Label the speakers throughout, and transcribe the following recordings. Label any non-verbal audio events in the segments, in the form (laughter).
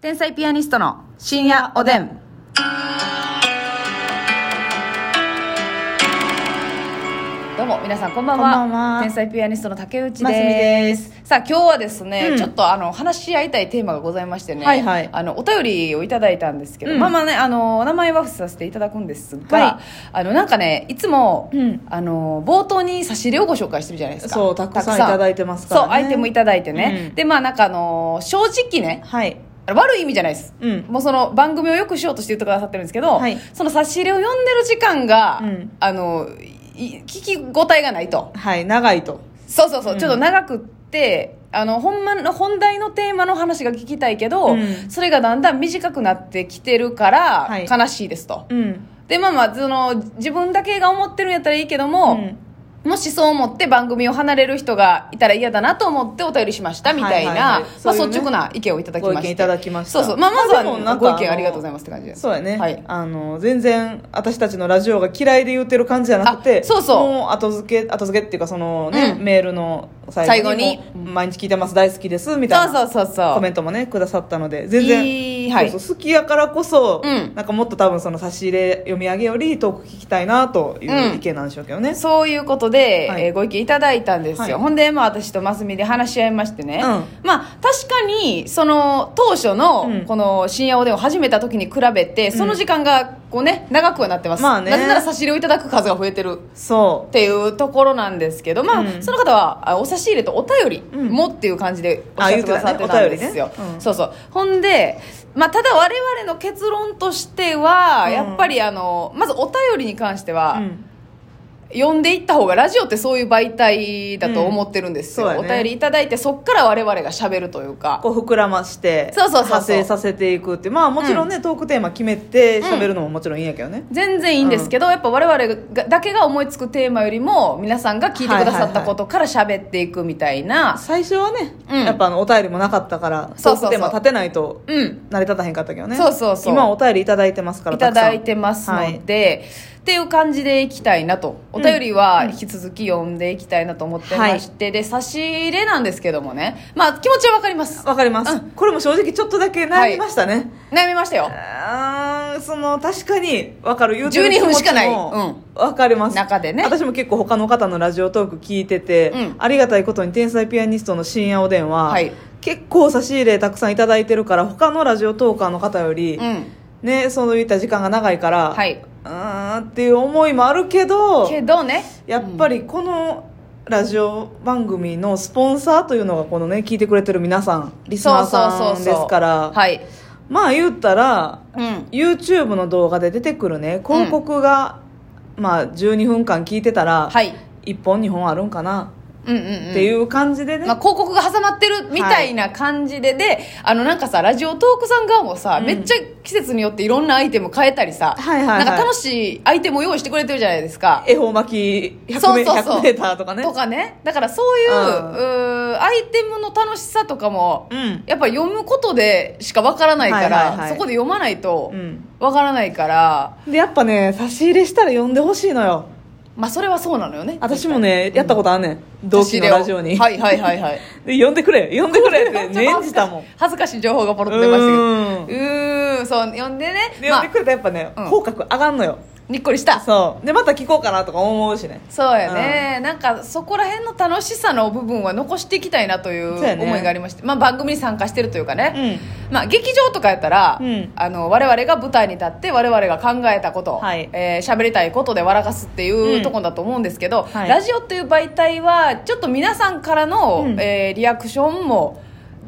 Speaker 1: 天才ピアニストの深夜おでん。どうも皆さんこんばんは
Speaker 2: こんばんは
Speaker 1: 天才ピアニストの竹内です,、
Speaker 2: ますみです
Speaker 1: さあ今日はですね、
Speaker 2: うん
Speaker 1: ちょっとあの話し合いたいテーマがございましてね、
Speaker 2: はいはい
Speaker 1: あのお便りをいただいたんですけど、
Speaker 2: うん
Speaker 1: まあまあねあのお名前は伏せさせていただくんですが、
Speaker 2: はい
Speaker 1: あのなんかねいつも、
Speaker 2: うん
Speaker 1: あの冒頭に差し入れをご紹介してるじゃないですか
Speaker 2: そうたくさんいただいてますからね
Speaker 1: そうアイテムいただいてね、
Speaker 2: うん
Speaker 1: でまあなんかあの正直ね
Speaker 2: はい
Speaker 1: 悪い意味じゃないです、
Speaker 2: うん
Speaker 1: もうその番組をよくしようとして言ってくださってるんですけど、
Speaker 2: はい
Speaker 1: その差し入れを読んでる時間が、
Speaker 2: うん
Speaker 1: あのい聞き応えがないと
Speaker 2: はい長いと
Speaker 1: そうそうそう、
Speaker 2: うん
Speaker 1: ちょっと長くってあの本まの本題のテーマの話が聞きたいけど、
Speaker 2: うん
Speaker 1: それがだんだん短くなってきてるから、
Speaker 2: はい
Speaker 1: 悲しいですと、
Speaker 2: うん
Speaker 1: でまあまあその自分だけが思ってるんやったらいいけども、
Speaker 2: うん
Speaker 1: もしそう思って番組を離れる人がいたら嫌だなと思ってお便りしましたみたいな、
Speaker 2: はいはいはい
Speaker 1: まあ、
Speaker 2: そういうね
Speaker 1: 率直な意見をいただきました
Speaker 2: ご意見いただきまし
Speaker 1: そ
Speaker 2: た
Speaker 1: うそう、まあ、まずは、
Speaker 2: まあでもなんか
Speaker 1: ご意
Speaker 2: あ
Speaker 1: 見
Speaker 2: の
Speaker 1: ありがとうございますって感じです
Speaker 2: そうやね、
Speaker 1: はい
Speaker 2: あの全然私たちのラジオが嫌いで言ってる感じじゃなくて
Speaker 1: あそうそう
Speaker 2: もう後付け後付けっていうかそのね、
Speaker 1: うん
Speaker 2: メールの最後に
Speaker 1: 最後
Speaker 2: もう毎日聞いてます大好きです」みたいな
Speaker 1: そうそうそうそう
Speaker 2: コメントもねくださったので全然
Speaker 1: いいはい
Speaker 2: そうそう好きやからこそ、
Speaker 1: うん
Speaker 2: なんかもっと多分その差し入れ読み上げよりトーク聞きたいなという意見なんでしょうけどね、
Speaker 1: そういうことで、
Speaker 2: はい
Speaker 1: えーご意見いただいたんですよ、
Speaker 2: はい
Speaker 1: ほんで、まあ、私とますみで話し合いましてね、
Speaker 2: う
Speaker 1: まあ確かにその当初の、
Speaker 2: うん
Speaker 1: この深夜おでんを始めた時に比べてその時間がこうね長くはなってます、
Speaker 2: まあね
Speaker 1: なぜなら差し入れをいただく数が増えてる
Speaker 2: そ
Speaker 1: っていうところなんですけど、まあ
Speaker 2: うん
Speaker 1: その方はあお差し入れとお便り
Speaker 2: うん
Speaker 1: もっていう感じでおっしゃってくださって
Speaker 2: あ
Speaker 1: たん
Speaker 2: 言
Speaker 1: で
Speaker 2: うてたね
Speaker 1: すよ、
Speaker 2: お便りねうん
Speaker 1: そうそうほんで、まあ、ただ我々の結論としては、
Speaker 2: うん
Speaker 1: やっぱりあのまずお便りに関して
Speaker 2: う、
Speaker 1: は、
Speaker 2: うん
Speaker 1: 読んでいった方がラジオってそういう媒体だと思ってるんですよ、
Speaker 2: うんそう
Speaker 1: お
Speaker 2: だね
Speaker 1: 便りいただいてそっから我々がしゃべるというか
Speaker 2: こう膨らまして
Speaker 1: そうそうそうそう
Speaker 2: 派生させていくってまあもちろんね、トークテーマ決めて喋るのももちろんいいんやけどね、
Speaker 1: 全然いいんですけど、やっぱ我々がだけが思いつくテーマよりも皆さんが聞いてくださったことから喋っていくみたいな、
Speaker 2: 最初はね、
Speaker 1: うん
Speaker 2: やっぱあのお便りもなかったから
Speaker 1: そ
Speaker 2: ト
Speaker 1: うそうそ
Speaker 2: ー
Speaker 1: う
Speaker 2: クテーマ立てないと
Speaker 1: うん
Speaker 2: 成り立たへんかったけどね
Speaker 1: そうそうそう
Speaker 2: 今お便りいただいてますから
Speaker 1: いただい
Speaker 2: く
Speaker 1: てます
Speaker 2: は
Speaker 1: の
Speaker 2: い
Speaker 1: で、っていう感じでいきたいなとお便りは引き続き読んでいきたいなと思ってまして、で差し入れなんですけどもねまあ気持ちはわかりま
Speaker 2: さ
Speaker 1: す
Speaker 2: んわかります、
Speaker 1: う
Speaker 2: これも正直ちょっとだけ悩みましたね、
Speaker 1: 悩みましたよ
Speaker 2: あーその確かに分かる言うてる
Speaker 1: 12分しかない
Speaker 2: 気持ちも分かります
Speaker 1: 中でね
Speaker 2: 私も結構他の方のラジオトーク聞いてて、
Speaker 1: うん
Speaker 2: ありがたいことに天才ピアニストの深夜おでんは、
Speaker 1: はい
Speaker 2: 結構差し入れたくさんいただいてるから他のラジオトーカーの方より、
Speaker 1: うん
Speaker 2: ねそういった時間が長いから、
Speaker 1: はいう
Speaker 2: ーんっていう思いもあるけど
Speaker 1: けどね
Speaker 2: やっぱりこのラジオ番組のスポンサーというのがこのね聞いてくれてる皆さんリスナーさんですから
Speaker 1: はい
Speaker 2: まあ言ったら
Speaker 1: うん、
Speaker 2: YouTube の動画で出てくるね広告が、まあ12分間聞いてたら、
Speaker 1: はい、
Speaker 2: 1本2本あるんかな
Speaker 1: うんうんうん、
Speaker 2: っていう感じでね、
Speaker 1: まあ、広告が挟まってるみたいな感じで、であのなんかさラジオトークさん側もさ、
Speaker 2: うん
Speaker 1: めっちゃ季節によっていろんなアイテム変えたりさ、
Speaker 2: はいはいはい
Speaker 1: なんか楽しいアイテムを用意してくれてるじゃないですか。
Speaker 2: 恵方巻き100
Speaker 1: そう
Speaker 2: メ
Speaker 1: そうそう
Speaker 2: 100メーターとかね
Speaker 1: とかねだからそういう,、
Speaker 2: うん
Speaker 1: うーアイテムの楽しさとかも、
Speaker 2: うん
Speaker 1: やっぱり読むことでしかわからないから、
Speaker 2: はいはいはい
Speaker 1: そこで読まないと
Speaker 2: うん
Speaker 1: わからないから、
Speaker 2: でやっぱね差し入れしたら呼んでほしいのよ
Speaker 1: まあそれはそうなのよね
Speaker 2: 私もねやったことあんねん、
Speaker 1: 差
Speaker 2: 同期の
Speaker 1: し入れを
Speaker 2: ラジオに、
Speaker 1: はいはいはい
Speaker 2: (laughs)
Speaker 1: はい
Speaker 2: で呼んでくれ呼んでくれ
Speaker 1: (laughs)
Speaker 2: って念じたもん
Speaker 1: 恥ずかしい情報がポロッと出ましたけど
Speaker 2: うん
Speaker 1: うーんそう呼んでね
Speaker 2: で呼
Speaker 1: ま
Speaker 2: んで
Speaker 1: あ
Speaker 2: くれたらやっぱね、
Speaker 1: うん
Speaker 2: 口角上がんのよ
Speaker 1: にっこりした
Speaker 2: そうでまた聞こうかなとか思うしね
Speaker 1: そうやね、なんかそこら辺の楽しさの部分は残していきたいなとい
Speaker 2: そうや
Speaker 1: う
Speaker 2: ね
Speaker 1: 思いがありまして、まあ、番組に参加してるというか
Speaker 2: う
Speaker 1: ね、
Speaker 2: ん
Speaker 1: まあ、劇場とかやったら、
Speaker 2: うん
Speaker 1: あの我々が舞台に立って我々が考えたこと、
Speaker 2: はい
Speaker 1: えー喋りたいことで笑かすっていう、
Speaker 2: うん
Speaker 1: とこだと思うんですけど、
Speaker 2: はい
Speaker 1: ラジオという媒体はちょっと皆さんからの、
Speaker 2: うん
Speaker 1: えーリアクションも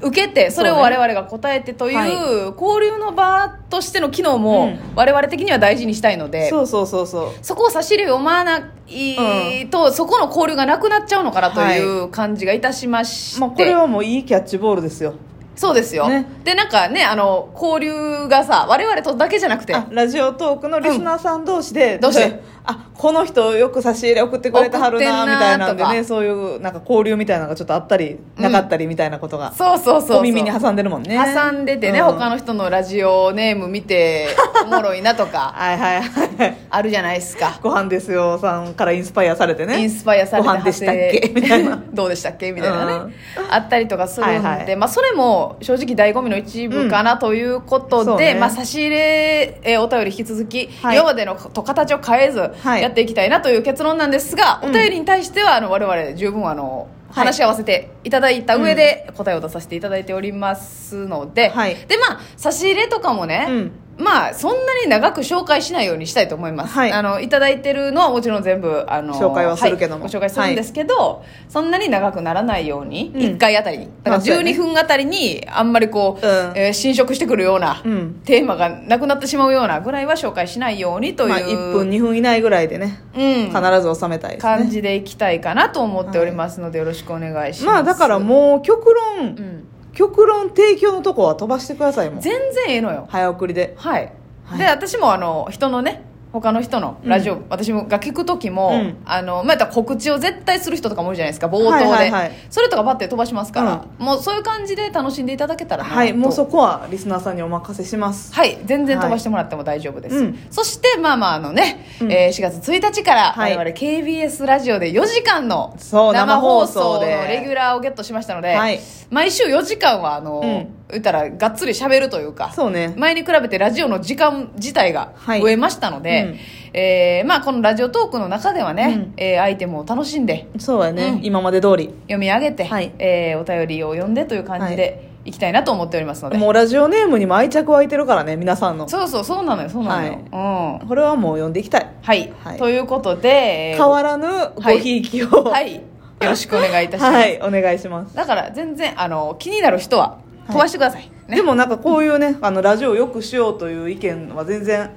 Speaker 1: 受けてそれを
Speaker 2: そう
Speaker 1: 我
Speaker 2: ね
Speaker 1: 々が答えてという
Speaker 2: はい
Speaker 1: 交流の場としての機能
Speaker 2: う
Speaker 1: も
Speaker 2: ん
Speaker 1: 我々的には大事にしたいので、
Speaker 2: そうそうそうそう
Speaker 1: そこを差し入れを読まないと、そこの交流がなくなっちゃうのかなという感じがいたしまして、
Speaker 2: まあ、これはもういいキャッチボールですよ
Speaker 1: そうですよ、
Speaker 2: ね
Speaker 1: でなんかねあの交流がさ我々とだけじゃなくて
Speaker 2: あラジオトークのリスナーさん同士で、
Speaker 1: んどうして
Speaker 2: (laughs) あこの人よく差し入れ送ってくれてはる
Speaker 1: 送
Speaker 2: な
Speaker 1: ってんな
Speaker 2: みたいなんで
Speaker 1: と
Speaker 2: ね
Speaker 1: か
Speaker 2: そういうなんか交流みたいなのがちょっとあったり
Speaker 1: うん
Speaker 2: なかったりみたいなことが、
Speaker 1: そうそうそうそう
Speaker 2: 小耳に挟んでるもんね
Speaker 1: 挟んでてね、
Speaker 2: う
Speaker 1: 他の人のラジオネーム見ておもろいなとか
Speaker 2: はいはいはい
Speaker 1: あるじゃないですか、
Speaker 2: ご飯ですよさんからインスパイアされてね
Speaker 1: インスパイアされて
Speaker 2: ご飯でしたっ
Speaker 1: (laughs)
Speaker 2: け
Speaker 1: 派生
Speaker 2: みたいな
Speaker 1: どうでしたっけみたいなね、あったりとかするんで、
Speaker 2: はいはい
Speaker 1: まあ、それも正直醍醐味の一部かなということ
Speaker 2: そう
Speaker 1: で、
Speaker 2: ね
Speaker 1: まあ、差し入れえーお便り引き続き、
Speaker 2: はい
Speaker 1: 今までのと形を変えず
Speaker 2: はい
Speaker 1: やっていきたいなという結論なんですが、
Speaker 2: うん
Speaker 1: お便りに対してはあの我々十分あの
Speaker 2: はい
Speaker 1: 話し合わせていただいた上で答えを出させていただいておりますので、
Speaker 2: はい
Speaker 1: でまあ差し入れとかもね、
Speaker 2: うん
Speaker 1: まあそんなに長く紹介しないようにしたいと思います。
Speaker 2: はい
Speaker 1: あのいただいてるのはもちろん全部あの
Speaker 2: 紹介はするけども
Speaker 1: はいご紹介するんですけど、そんなに長くならないように、
Speaker 2: うん
Speaker 1: 1回あたりにだから
Speaker 2: まあそうやね
Speaker 1: 12分あたりにあんまりこう、
Speaker 2: うん
Speaker 1: えー侵食してくるような、
Speaker 2: うん
Speaker 1: テーマがなくなってしまうようなぐらいは紹介しないようにという、
Speaker 2: まあ、1分2分以内ぐらいでね
Speaker 1: うん
Speaker 2: 必ず収めたいですね
Speaker 1: 感じでいきたいかなと思っておりますので、よろしくお願いします
Speaker 2: まあだからもう極論、
Speaker 1: うん
Speaker 2: 極論提供のとこは飛ばしてくださいもう
Speaker 1: 全然ええのよ
Speaker 2: 早送りで
Speaker 1: はい、
Speaker 2: はい
Speaker 1: で私もあの人のね他の人のラジオ、私もが聞く時も、
Speaker 2: うん
Speaker 1: あのまあ、やったら告知を絶対する人とかも多いじゃないですか冒頭で、
Speaker 2: はいはいはい
Speaker 1: それとかバッて飛ばしますから、もうそういう感じで楽しんでいただけたらな
Speaker 2: はいもうそ
Speaker 1: こ
Speaker 2: こはリスナーさんにお任せします
Speaker 1: はい全然飛ばしてもらっても大丈夫です、
Speaker 2: はいうん
Speaker 1: そしてまあまああのね、
Speaker 2: うん
Speaker 1: えー4月1日から
Speaker 2: はい
Speaker 1: 我々 KBS ラジオで4時間の
Speaker 2: そう
Speaker 1: 生放
Speaker 2: 生
Speaker 1: 送
Speaker 2: 放送
Speaker 1: の
Speaker 2: で
Speaker 1: レギュラーをゲットしましたので、
Speaker 2: はい
Speaker 1: 毎週4時間はあの、
Speaker 2: うん
Speaker 1: 言ったらがっつり喋るというか
Speaker 2: そうね
Speaker 1: 前に比べてラジオの時間自体が
Speaker 2: はい
Speaker 1: 増えましたので、
Speaker 2: うん
Speaker 1: えーまあ、このラジオトークの中ではね
Speaker 2: うん、
Speaker 1: えーアイテムを楽しんで
Speaker 2: そうやね、
Speaker 1: うん
Speaker 2: 今まで通り
Speaker 1: 読み上げて、
Speaker 2: はい
Speaker 1: えーお便りを読んでという感じでいきたいなと思っておりますので、
Speaker 2: もうラジオネームにも愛着湧いてるからね皆さんの
Speaker 1: そうそうそうなのよそうなのよ、うん
Speaker 2: これはもう読んでいきたい
Speaker 1: はい、
Speaker 2: はい
Speaker 1: ということで、えー
Speaker 2: 変わらぬごひいきを
Speaker 1: は
Speaker 2: はい、
Speaker 1: い、
Speaker 2: (laughs)
Speaker 1: よろしくお願いいたします、
Speaker 2: お願いします
Speaker 1: だから全然あの気になる人は飛ばしてください、ね
Speaker 2: でもなんかこういうねあのラジオをよくしようという意見は全然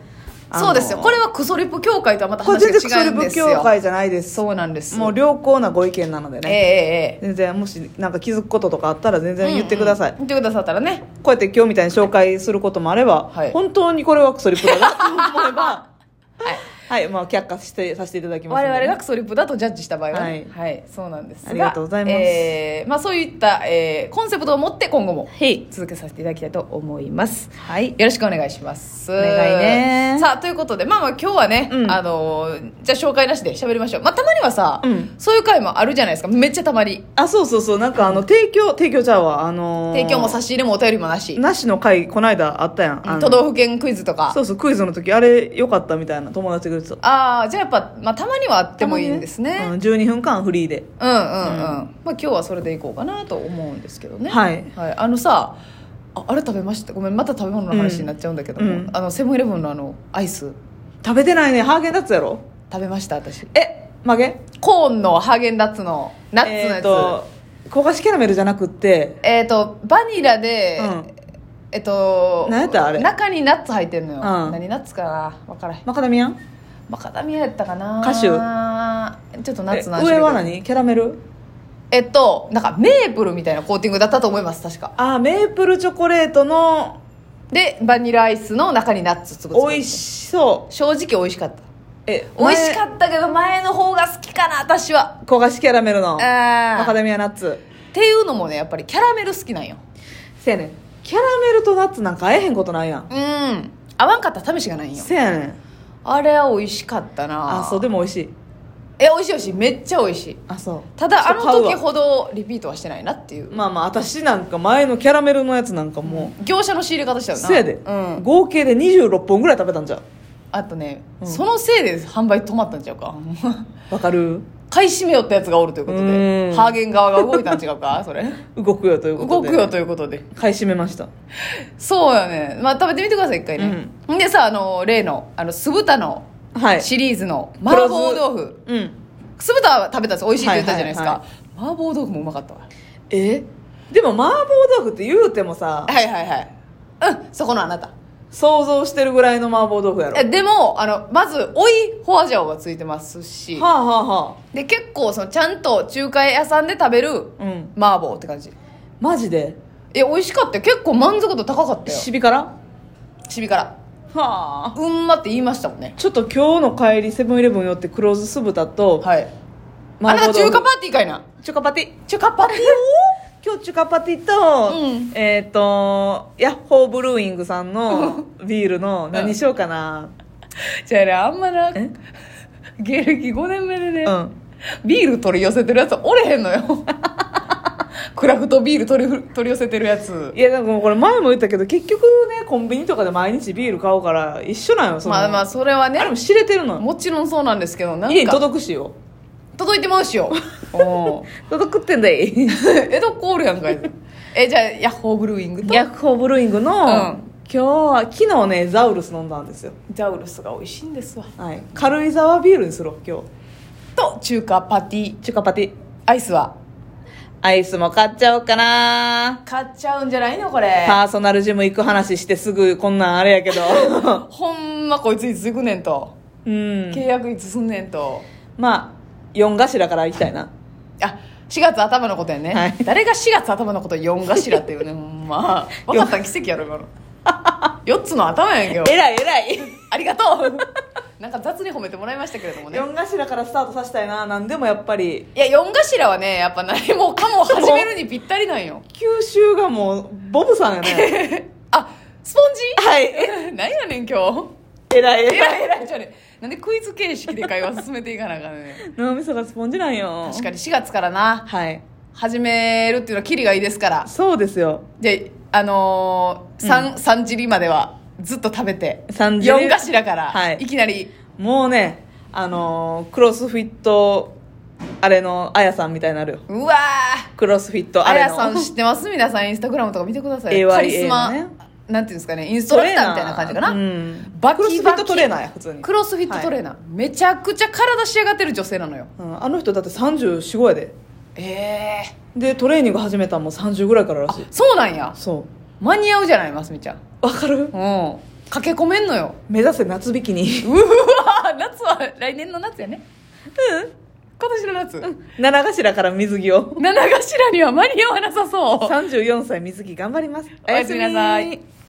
Speaker 2: あの
Speaker 1: そうですよこれはクソリップ協会とはまた
Speaker 2: これ
Speaker 1: 話
Speaker 2: 全然ク
Speaker 1: が
Speaker 2: ソ
Speaker 1: 違う
Speaker 2: ル
Speaker 1: んで
Speaker 2: 仏
Speaker 1: すよ
Speaker 2: 教会じゃないです
Speaker 1: そうなんです
Speaker 2: もう良好なご意見なので
Speaker 1: え
Speaker 2: ね、
Speaker 1: ええええ
Speaker 2: 全然もしなんか気づくこととかあったら全然言ってください、
Speaker 1: うんうん言ってくださったらね
Speaker 2: こうやって今日みたいに紹介することもあれば、
Speaker 1: はい
Speaker 2: 本当にこれはクソリプロだと思えば
Speaker 1: (laughs) はい
Speaker 2: はいまあ却下してさせていただきます
Speaker 1: 我
Speaker 2: んでね
Speaker 1: 々がクソリップだとジャッジした場合はね、は
Speaker 2: はいい
Speaker 1: そうなんですが
Speaker 2: ありがとうございます
Speaker 1: えーまあ、そういった、えーコンセプトを持って今後も
Speaker 2: はい
Speaker 1: 続けさせていただきたいと思います
Speaker 2: はい
Speaker 1: よろしくお願いしますお
Speaker 2: 願いね
Speaker 1: さあということでまあまあ今日はね、
Speaker 2: うん
Speaker 1: あのーじゃあ紹介なしで喋りましょう、まあ、たまにはさ、
Speaker 2: うん
Speaker 1: そういう回もあるじゃないですかめっちゃたまに
Speaker 2: あそうそうそうなんかあの提供提供ちゃうわあのー
Speaker 1: 提供も差し入れもお便りもなし、
Speaker 2: なしの回こないだあったやんあの
Speaker 1: 都道府県クイズとか
Speaker 2: そうそうクイズの時あれ良かったみたいな友達が言ってた
Speaker 1: ああじゃあやっぱ、まあ、たまにはあってもいいんですね
Speaker 2: うん、12分間フリーで
Speaker 1: うんうんうん、まあ今日はそれでいこうかなと思うんですけどね
Speaker 2: はい
Speaker 1: あのさああれ食べましたごめんまた食べ物の話になっちゃうんだけども、
Speaker 2: うんうん
Speaker 1: あのセブンイレブンのあのアイス
Speaker 2: 食べてないねハーゲンダッツやろ
Speaker 1: 食べました私
Speaker 2: え曲げ
Speaker 1: コーンのハーゲンダッツのナッツの
Speaker 2: え
Speaker 1: や
Speaker 2: ー
Speaker 1: つ
Speaker 2: と焦がしキャラメルじゃなくって
Speaker 1: えっ、とバニラで、
Speaker 2: うん
Speaker 1: えっと
Speaker 2: 何やったあれ
Speaker 1: 中にナッツ入ってんのよ、
Speaker 2: うん
Speaker 1: 何ナッツかな分からへん
Speaker 2: マカダミアン
Speaker 1: マカダミアやったかな
Speaker 2: カシ
Speaker 1: ュちょっとナッツの
Speaker 2: え
Speaker 1: 味
Speaker 2: 上は何キャラメル
Speaker 1: えっとなんかメープルみたいなコーティングだったと思います確か
Speaker 2: あーメープルチョコレートの
Speaker 1: でバニラアイスの中にナッツつぶつぶ
Speaker 2: 美味しそう
Speaker 1: 正直美味しかった
Speaker 2: え
Speaker 1: 美味し
Speaker 2: っ
Speaker 1: かったけど前の方が好きかな私は
Speaker 2: た焦がしキャラメルのマカ
Speaker 1: あ
Speaker 2: ダミアナッツ
Speaker 1: っていうのもねやっぱりキャラメル好きなんよ
Speaker 2: せやねんキャラメルとナッツなんか合えへんことないやん
Speaker 1: うん合わんかったら試しがないんよ
Speaker 2: せやねん
Speaker 1: あれは美味しかったな
Speaker 2: あそうでも美味しい
Speaker 1: え美味しい美味しいめっちゃ美味しい
Speaker 2: あそう
Speaker 1: ただあの
Speaker 2: ちょっと
Speaker 1: 時
Speaker 2: 買うわ
Speaker 1: ほどリピートはしてないなっていう
Speaker 2: まあまあ私なんか前のキャラメルのやつなんかも
Speaker 1: 業者の仕入れ方した
Speaker 2: う
Speaker 1: よな
Speaker 2: せやで、
Speaker 1: うん
Speaker 2: 合計で26本ぐらい食べたんじゃう
Speaker 1: あとね、
Speaker 2: うん
Speaker 1: そのせいで販売止まったんちゃうか (laughs)
Speaker 2: わかる
Speaker 1: 買い占めよったやつがおるということ
Speaker 2: う
Speaker 1: で
Speaker 2: ん
Speaker 1: ハーゲン側が動いたん違うかそれ
Speaker 2: 動くよということ
Speaker 1: 動
Speaker 2: で
Speaker 1: くよということで
Speaker 2: 買い占めました
Speaker 1: そうやねまあ食べてみてください一回ね、でさあの例のあの酢豚の
Speaker 2: はい
Speaker 1: シリーズの麻婆豆腐
Speaker 2: うん
Speaker 1: 酢豚は食べたんです美味しいって言ったじゃないですか、
Speaker 2: はいは
Speaker 1: 麻婆豆腐もうまかったわ
Speaker 2: えでも麻婆豆腐って言うてもさ
Speaker 1: はいはいはいうんそこのあなた
Speaker 2: 想像してるぐらいの麻婆豆腐やろ
Speaker 1: えでもあのまず追いホアジャオがついてますし
Speaker 2: はあはあは
Speaker 1: で結構そのちゃんと中華屋さんで食べる
Speaker 2: あうん
Speaker 1: 麻婆って感じ
Speaker 2: マジで
Speaker 1: え美味しかったよ結構満足度高かったよ
Speaker 2: シビから
Speaker 1: シビから
Speaker 2: はあ
Speaker 1: うんまって言いましたもんね
Speaker 2: ちょっと今日の帰りセブンイレブン寄って黒酢酢豚と
Speaker 1: はいあ
Speaker 2: 麻
Speaker 1: れ
Speaker 2: 婆
Speaker 1: が
Speaker 2: 豆腐
Speaker 1: 中華パーティーかいな
Speaker 2: 中華パティ
Speaker 1: 中華パーティー
Speaker 2: 今日中華パティと、
Speaker 1: うん
Speaker 2: えっ、とヤッホーブルーイングさ
Speaker 1: (laughs)
Speaker 2: んのビールの
Speaker 1: ん
Speaker 2: 何しようかな
Speaker 1: じゃあねあんまな
Speaker 2: え
Speaker 1: 芸歴5年目でね、
Speaker 2: うん
Speaker 1: ビール取り寄せてるやつおれへんの
Speaker 2: (laughs)
Speaker 1: よクラフトビール取りふ取り寄せてるやつ
Speaker 2: いやなんかもうこれ前も言ったけど結局ねコンビニとかで毎日ビール買うから一緒なんよその
Speaker 1: まあまあそれはね
Speaker 2: あれも知れてるの
Speaker 1: もちろんそうなんですけどなん
Speaker 2: 家に
Speaker 1: か
Speaker 2: 届くしよ
Speaker 1: 届いてまうしよおう
Speaker 2: 届くってんだ
Speaker 1: (laughs)
Speaker 2: い
Speaker 1: 江戸っ子おるやんか
Speaker 2: (laughs)
Speaker 1: いえじゃあヤッホーブルーイングと
Speaker 2: ヤッホーブルーイングの、
Speaker 1: ん
Speaker 2: 今日は昨日ねザウルス飲んだんですよ
Speaker 1: ザウルスが美味しいんですわ
Speaker 2: はい軽井沢ビールにするわ今日
Speaker 1: と中華パティ
Speaker 2: 中華パティ
Speaker 1: アイスは
Speaker 2: アイスも買っちゃおうかな
Speaker 1: 買っちゃうんじゃないのこれ
Speaker 2: パーソナルジム行く話してすぐこんなんあれやけど (laughs)
Speaker 1: ほんまこいついつ行くねんと、
Speaker 2: うん
Speaker 1: 契約いつすんねんと
Speaker 2: まあ4頭から行きたいな (laughs)
Speaker 1: あ4月頭のことやね、
Speaker 2: はい
Speaker 1: 誰が4月頭のこと4頭って
Speaker 2: (laughs)
Speaker 1: いうねほんま分かったん奇跡やろ今の4つの頭やんけよ
Speaker 2: えらいえら (laughs) い
Speaker 1: ありがとう (laughs) なんか雑に褒めてもらいましたけれどもね
Speaker 2: 4頭からスタートさせたいな何でもやっぱり
Speaker 1: いや4頭はねやっぱ何もかも始めるにぴったりなんよ
Speaker 2: 九州がもうボブさんやね
Speaker 1: あスポン
Speaker 2: (laughs) はい
Speaker 1: ジ何やねん今日
Speaker 2: えらい
Speaker 1: え
Speaker 2: えら
Speaker 1: ら
Speaker 2: い
Speaker 1: いえらいじゃあねなんでクイズ形式で会話進めていかなあかんねん
Speaker 2: (laughs) 脳みそがスポンジなんよ
Speaker 1: 確かに4月からな
Speaker 2: はい
Speaker 1: 始めるっていうのはキリがいいですから
Speaker 2: そうですよ
Speaker 1: であのー、三三尻まではずっと食べて
Speaker 2: 三尻
Speaker 1: 四頭から、
Speaker 2: はい
Speaker 1: い、きなり
Speaker 2: もうねあのークロスフィットあれのあやさんみたいになるよ
Speaker 1: うわー
Speaker 2: クロスフィット
Speaker 1: あ
Speaker 2: あれ
Speaker 1: や
Speaker 2: の
Speaker 1: さん知ってます皆さんインスタグラムとか見てください
Speaker 2: AYA
Speaker 1: カリスマ、
Speaker 2: のね
Speaker 1: なんていうんですかねインストラクターみたいな感じかな、
Speaker 2: トレーナーうん
Speaker 1: バキバキ
Speaker 2: クロスフィットトレーナーや普通に
Speaker 1: クロスフィットトレーナー、めちゃくちゃ体仕上がってる女性なのよ
Speaker 2: うんあの人だって345やで
Speaker 1: ええ
Speaker 2: でトレーニング始めたのも30ぐらいからら
Speaker 1: あ
Speaker 2: しい
Speaker 1: そうなんや
Speaker 2: そ
Speaker 1: 間に合うじゃないますみちゃん
Speaker 2: うわかる
Speaker 1: うん駆け込めんのよ
Speaker 2: 目指せ夏ビキニ
Speaker 1: (laughs) うわー夏は来年の夏やねうん今年の夏、
Speaker 2: 七頭から水着を
Speaker 1: 七頭には間に合わなさそう
Speaker 2: 34歳水着頑張ります
Speaker 1: おやすみなさい